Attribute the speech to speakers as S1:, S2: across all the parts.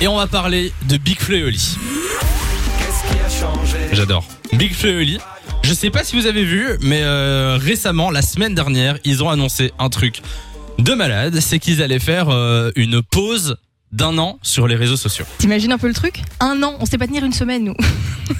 S1: et on va parler de Big Flo et Oli. J'adore. Big Flo et Oli. Je sais pas si vous avez vu, mais euh, récemment, la semaine dernière, ils ont annoncé un truc de malade, c'est qu'ils allaient faire euh, une pause d'un an sur les réseaux sociaux.
S2: T'imagines un peu le truc Un an, on sait pas tenir une semaine nous.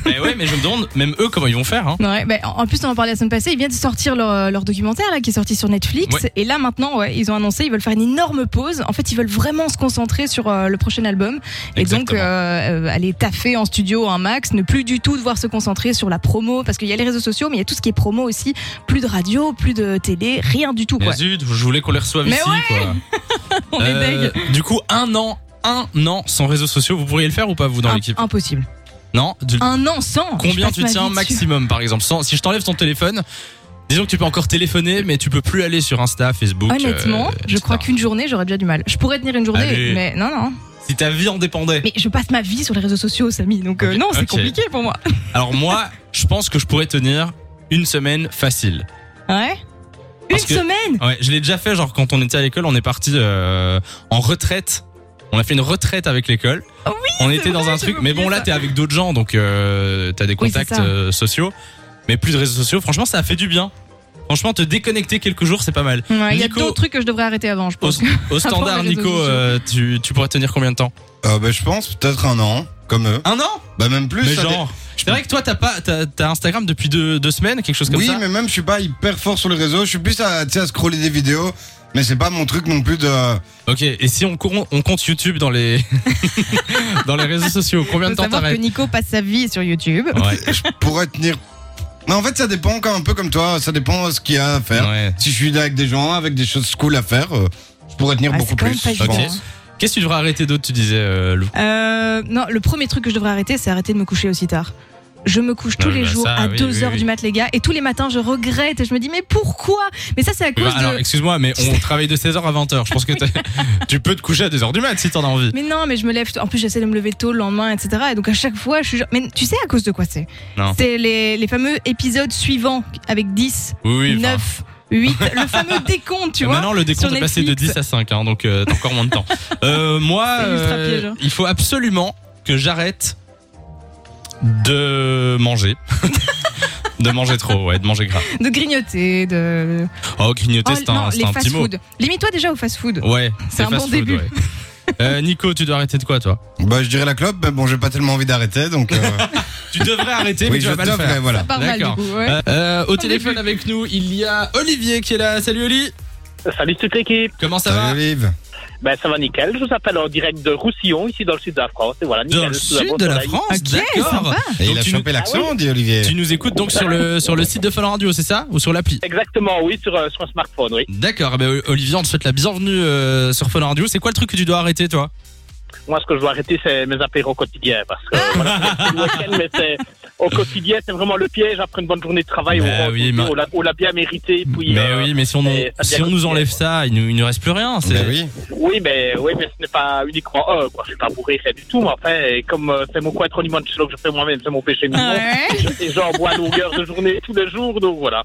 S1: Mais ouais, mais je me demande même eux comment ils vont faire. Hein.
S2: Ouais, bah, en en plus on en parlait la semaine passée, ils viennent de sortir leur, euh, leur documentaire là qui est sorti sur Netflix
S1: Ouais.
S2: et là maintenant ouais, ils ont annoncé ils veulent faire une énorme pause. En fait, ils veulent vraiment se concentrer sur euh, le prochain album et donc
S1: Exactement.
S2: euh, euh, aller taffer en studio un max, ne plus du tout devoir se concentrer sur la promo parce qu'il y a les réseaux sociaux mais il y a tout ce qui est promo aussi, plus de radio, plus de télé, rien du tout
S1: Mais
S2: quoi.
S1: zut, je voulais qu'on les reçoive
S2: Mais
S1: ici. Quoi.
S2: On est
S1: Euh,
S2: deg.
S1: du coup, un an, un an sans réseaux sociaux, vous pourriez le faire ou pas vous dans
S2: Im-
S1: l'équipe
S2: Impossible.
S1: Non. tu-
S2: Un an sans.
S1: Combien
S2: Je passe
S1: tu
S2: ma
S1: tiens
S2: vie dessus.
S1: maximum par exemple Sans- Si je t'enlève ton téléphone, disons que tu peux encore téléphoner, mais tu peux plus aller sur Insta, Facebook.
S2: Honnêtement,
S1: euh,
S2: je
S1: etc.
S2: crois qu'une journée, j'aurais déjà du mal. Je pourrais tenir une journée,
S1: Allez.
S2: mais non, non.
S1: Si ta vie en dépendait.
S2: Mais je passe ma vie sur les réseaux sociaux, Samy, donc euh,
S1: Ok,
S2: non, c'est
S1: ok.
S2: compliqué pour moi.
S1: Alors moi, je pense que je pourrais tenir une semaine facile.
S2: Ouais
S1: Parce
S2: Une
S1: que-
S2: semaine
S1: Ouais, je l'ai déjà fait, genre quand on était à l'école, on est parti euh, en retraite. On a fait une retraite avec l'école.
S2: Oh Oui,
S1: on
S2: c'est
S1: était dans
S2: vrai,
S1: un truc,
S2: j'avais
S1: mais bon
S2: oublié
S1: là
S2: ça.
S1: t'es avec d'autres gens, donc euh, t'as des
S2: Oui, c'est
S1: contacts
S2: ça.
S1: euh, sociaux, mais plus de réseaux sociaux. Franchement, ça a fait du bien. Franchement, te déconnecter quelques jours, c'est pas mal.
S2: Ouais, Il y a
S1: Nico-
S2: d'autres trucs que je devrais arrêter avant, je
S1: Au,
S2: pense.
S1: au
S2: Avant
S1: standard,
S2: les réseaux
S1: Nico,
S2: sociaux.
S1: euh, tu, tu pourrais tenir combien de temps
S3: Euh, bah, je pense peut-être un an, comme eux.
S1: Un an
S3: Bah même plus.
S1: Mais
S3: ça dé-
S1: genre, c'est vrai que toi t'as pas t'as t'as Instagram depuis deux, deux semaines, quelque chose comme
S3: Oui,
S1: ça.
S3: mais même je suis pas hyper fort sur les réseaux. Je suis plus à, tu sais, à scroller des vidéos, mais c'est pas mon truc non plus de.
S1: Ok, et si on, cour- on compte YouTube dans les dans les réseaux sociaux, combien de temps
S2: Faut savoir que
S1: t'arrêtes
S2: Nico passe sa vie sur YouTube.
S1: Ouais,
S3: Je pourrais tenir. Mais en fait, ça dépend quand, un peu comme toi. Ça dépend euh, ce qu'il y a à faire.
S1: ouais.
S3: Si je suis avec des gens, avec des choses cool à faire, euh, je pourrais tenir
S2: Ah,
S3: beaucoup
S2: c'est quand
S3: plus.
S2: même pas
S3: je
S1: Ok.
S2: évident. hein.
S3: pense.
S1: Qu'est-ce que tu devrais arrêter d'autre, tu disais, euh, Lou
S2: Euh, non, le premier truc que je devrais arrêter, c'est arrêter de me coucher aussi tard. Je me couche tous
S1: Non,
S2: les
S1: bah,
S2: jours
S1: ça,
S2: à
S1: oui,
S2: 2h
S1: oui, oui.
S2: du mat, les gars, et tous les matins, je regrette et je me dis, mais pourquoi Mais ça, c'est à cause
S1: Bah, Alors,
S2: de.
S1: excuse-moi, mais on travaille de 16h à 20h. Je pense que t'as- tu peux te coucher à 2h du mat si t'en as envie.
S2: Mais non, mais je me lève. En plus, j'essaie de me lever tôt le lendemain, etc. Et donc, à chaque fois, je suis genre. Mais tu sais à cause de quoi c'est
S1: Non.
S2: C'est les, les fameux épisodes suivants avec 10,
S1: Oui, oui. enfin,
S2: 9, 8, le fameux décompte, tu vois.
S1: Maintenant, le décompte
S2: sur
S1: est passé de
S2: Netflix.
S1: 10 à 5, hein, donc euh, t'as encore moins de temps. Euh, moi,
S2: C'est ultra
S1: euh,
S2: piège, hein.
S1: il faut absolument que j'arrête de manger. de manger trop, ouais, de manger gras.
S2: De grignoter, de.
S1: Oh, grignoter, c'est
S2: non,
S1: un, c'est
S2: les
S1: un petit mot.
S2: fast-food. Limite-toi déjà au fast-food.
S1: Ouais,
S2: C'est
S1: c'est
S2: un bon
S1: fast food,
S2: début.
S1: ouais. Euh, Nico, tu dois arrêter de quoi, toi
S3: Bah, je dirais la clope, mais bon, j'ai pas tellement envie d'arrêter, donc. euh,
S1: Tu devrais arrêter, mais
S3: oui,
S1: tu
S3: je
S1: vas pas le
S3: t'offre,
S1: faire.
S3: et voilà.
S2: Pas mal du
S1: D'accord.
S2: coup, ouais.
S1: Euh, euh, au
S2: On
S1: téléphone avec nous, il y a Olivier qui est là. Salut Oli,
S4: Salut toute l'équipe.
S1: comment ça
S3: Salut,
S1: va
S3: Olive.
S4: Ben, ça va nickel. Je vous appelle en direct de Roussillon, ici dans le sud de la France. Et voilà, nickel.
S1: Dans le
S4: sous un
S1: sud
S4: bon
S1: de la
S4: soleil.
S1: France,
S2: Ok,
S1: d'accord.
S2: sympa.
S3: Et
S1: Donc
S3: il a
S1: tu Ah
S3: chopé l'accent, dit Olivier.
S1: Tu nous écoutes donc sur le sur le site de Fun Radio, c'est ça Ou sur l'appli
S4: Exactement, oui, sur, euh, sur un smartphone, oui.
S1: D'accord, eh ben, Olivier, on te souhaite la bienvenue euh, sur Fun Radio. C'est quoi le truc que tu dois arrêter, toi
S4: Moi, ce que je dois arrêter, c'est mes apéros quotidiens. Parce que voilà, c'est le week-end, mais c'est au quotidien, c'est vraiment le piège. Après une bonne journée de travail,
S1: Ben
S4: on, rentre
S1: oui,
S4: au-
S1: mais-
S4: on l'a- on l'a bien mérité. Puis,
S1: Mais
S4: euh,
S1: oui, mais si on,
S4: mais ça
S1: si
S4: devient
S1: on nous
S4: compliqué,
S1: enlève
S4: quoi.
S1: ça, il nous, il nous reste plus rien. c'est-
S3: Bah oui.
S4: Oui, mais, oui, mais ce n'est pas uniquement eux, quoi. Je ne vais pas bourré, rien du tout. Mais enfin, et comme euh, c'est mon coin de limoncello que je fais moi-même, c'est mon péché mignon.
S2: Ah Ouais.
S4: Et j'en bois à longueur de journée tous les jours, donc voilà.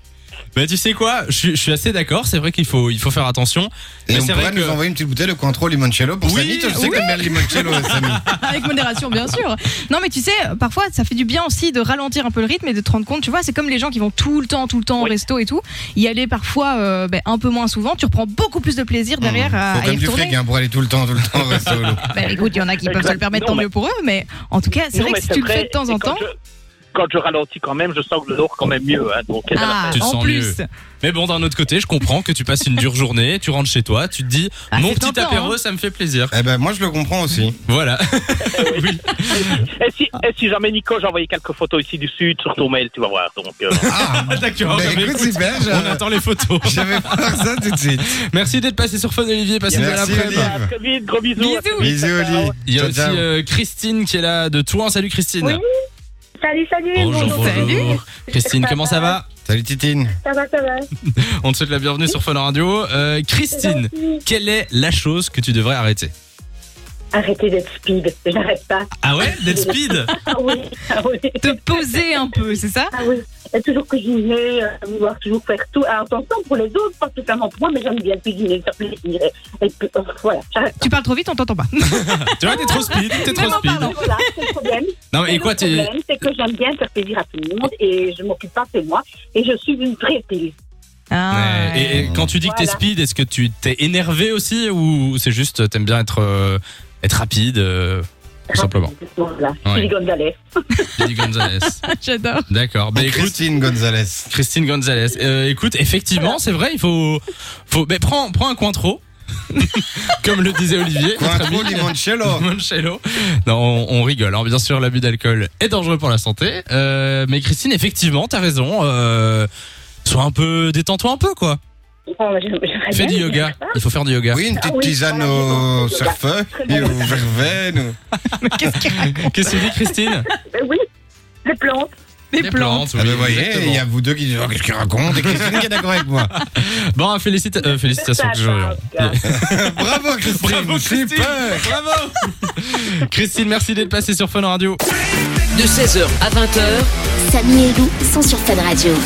S1: Bah, tu sais quoi Je suis- je suis assez d'accord. C'est vrai qu'il faut il faut faire attention.
S3: Et
S1: Mais
S3: on
S1: c'est vrai
S3: pourrait nous
S1: que-
S3: envoyer une petite bouteille de Cointreau limoncello pour
S1: Oui,
S3: Samy. toi, Je sais
S2: oui.
S3: que t'aimes bien le limoncello, Samy.
S2: Avec modération, bien sûr. Non, mais tu sais, parfois, ça fait du bien aussi de ralentir un peu le rythme et de te rendre compte. Tu vois, c'est comme les gens qui vont tout le temps, tout le temps au
S4: Oui.
S2: resto et tout. Y aller parfois euh, ben, un peu moins souvent, tu reprends beaucoup plus de plaisir derrière à,
S3: Mmh. Faut
S2: à
S3: comme
S2: y
S3: du
S2: retourner.
S3: fric hein, pour aller tout le temps, tout le temps au resto. Lou.
S2: Ben, écoute, il y en a qui peuvent se le
S4: Exact.
S2: permettre,
S4: Non,
S2: tant
S4: mais-
S2: mieux pour eux, mais en tout cas, c'est
S4: Non,
S2: vrai
S4: mais
S2: que si tu le
S4: vrai.
S2: fais de temps
S4: Et
S2: en
S4: quand
S2: temps.
S4: je- Quand je ralentis quand même, je sens que le dehors quand même mieux. Hein, donc,
S2: Ah,
S1: Tu te
S2: en
S1: sens
S2: plus.
S1: Mais bon, d'un autre côté, je comprends que tu passes une dure journée, tu rentres chez toi, tu te dis
S2: Ah,
S1: mon
S2: c'est
S1: petit
S2: tentant,
S1: apéro,
S2: hein.
S1: ça me fait plaisir.
S3: Eh ben, moi, je le comprends aussi.
S1: Voilà. oui.
S4: et, si, et si jamais Nico, j'ai envoyé quelques photos ici du sud sur ton mail, tu vas voir. Donc, euh,
S3: Ah,
S1: D'accord.
S3: bah,
S1: bah,
S3: écoute,
S1: écoute,
S3: super,
S1: on
S3: j'a-
S1: attend les photos.
S3: j'avais pas ça tout de suite.
S1: Merci d'être passé sur Fun Olivier, passez une bonne
S3: Merci,
S1: après-midi.
S3: Olivier.
S4: à très vite, gros bisous. à
S2: Bisous.
S4: très vite,
S3: Bisous,
S4: ciao, ciao.
S3: Oli.
S1: Il y a
S3: Ciao,
S1: aussi
S3: ciao.
S1: euh, Christine qui est là de Toin. Salut Christine.
S5: Oui. Salut, salut.
S1: Bonjour, bonjour.
S2: Salut.
S1: Christine, comment ça va
S3: Salut,
S1: Ben,
S3: Titine.
S5: Ça va, ça va.
S1: On te souhaite la bienvenue sur Fun Radio. Euh, Christine, quelle est la chose que tu devrais arrêter
S5: Arrêtez d'être speed. Je n'arrête pas.
S1: Ah ouais, Dead Speed
S5: Ah oui, ah oui.
S2: Te poser un peu, c'est ça
S5: Ah oui, Et toujours cuisiner, euh, vouloir toujours faire tout. Ah, Alors, attention pour les autres, pas totalement pour moi, mais j'aime bien cuisiner, faire plaisir. Et, et puis, euh, voilà, j'arrête.
S2: Tu parles trop vite, on t'entend pas.
S1: Tu vois, t'es trop speed, t'es trop
S2: Même en
S1: speed.
S2: parlant.
S5: Voilà, c'est le problème.
S1: Non mais et quoi,
S5: le
S1: tu...
S5: problème, c'est que j'aime bien faire plaisir à tout le monde et je m'occupe pas, c'est moi. Et je suis une vraie télé.
S2: Ah,
S1: Ouais, et, et quand tu dis que t'es
S5: Voilà.
S1: speed, est-ce que tu t'es énervé aussi ou c'est juste euh, t'aimes bien être euh, être rapide, euh, tout simplement.
S5: Voilà,
S1: Ouais.
S5: je suis Gonzalez.
S1: Didi Gonzalez.
S2: J'adore.
S1: D'accord. Bah écoute,
S3: Christine Gonzalez.
S1: Christine Gonzalez. Euh, écoute, effectivement, c'est vrai, il faut, faut, mais prends, prends un Cointreau, comme le disait Olivier. notre ami.
S3: Quattro limoncello.
S1: Moncello. Non, on, on rigole. hein. Bien sûr, l'abus d'alcool est dangereux pour la santé. Euh, mais Christine, effectivement, t'as raison. Euh, sois un peu, détends-toi un peu, quoi.
S5: Bon, Ah je- Oh, j'aimerais
S1: Fais
S5: bien,
S1: du
S5: mais
S1: yoga.
S5: j'arrête pas.
S1: Il faut faire du yoga.
S3: Oui, une
S5: Ah
S3: petite
S5: oui,
S3: tisane
S5: voilà,
S3: au
S5: j'ai compris,
S3: cerfeuil
S5: très
S3: et
S5: bien.
S3: au verveine.
S2: Qu'est-ce qu'il raconte
S1: Qu'est-ce que tu dis, Christine
S5: Euh, Oui, les plantes.
S2: Des
S1: Les
S2: plantes.
S1: oui,
S3: Ah ben, voyez,
S1: exactement.
S3: il y a vous deux qui disent oh, Qu'est-ce qu'il raconte Et Christine qui est d'accord avec moi.
S1: Bon, félicita- euh, félicitations,
S5: Ça,
S1: Jorian.
S5: ça, ça.
S3: Bravo, Christine.
S1: Bravo, Christine.
S3: Super.
S1: Bravo Christine, merci d'être passée sur Fun Radio.
S6: De 16h à 20h,
S7: Samy et Lou sont sur Fan Radio.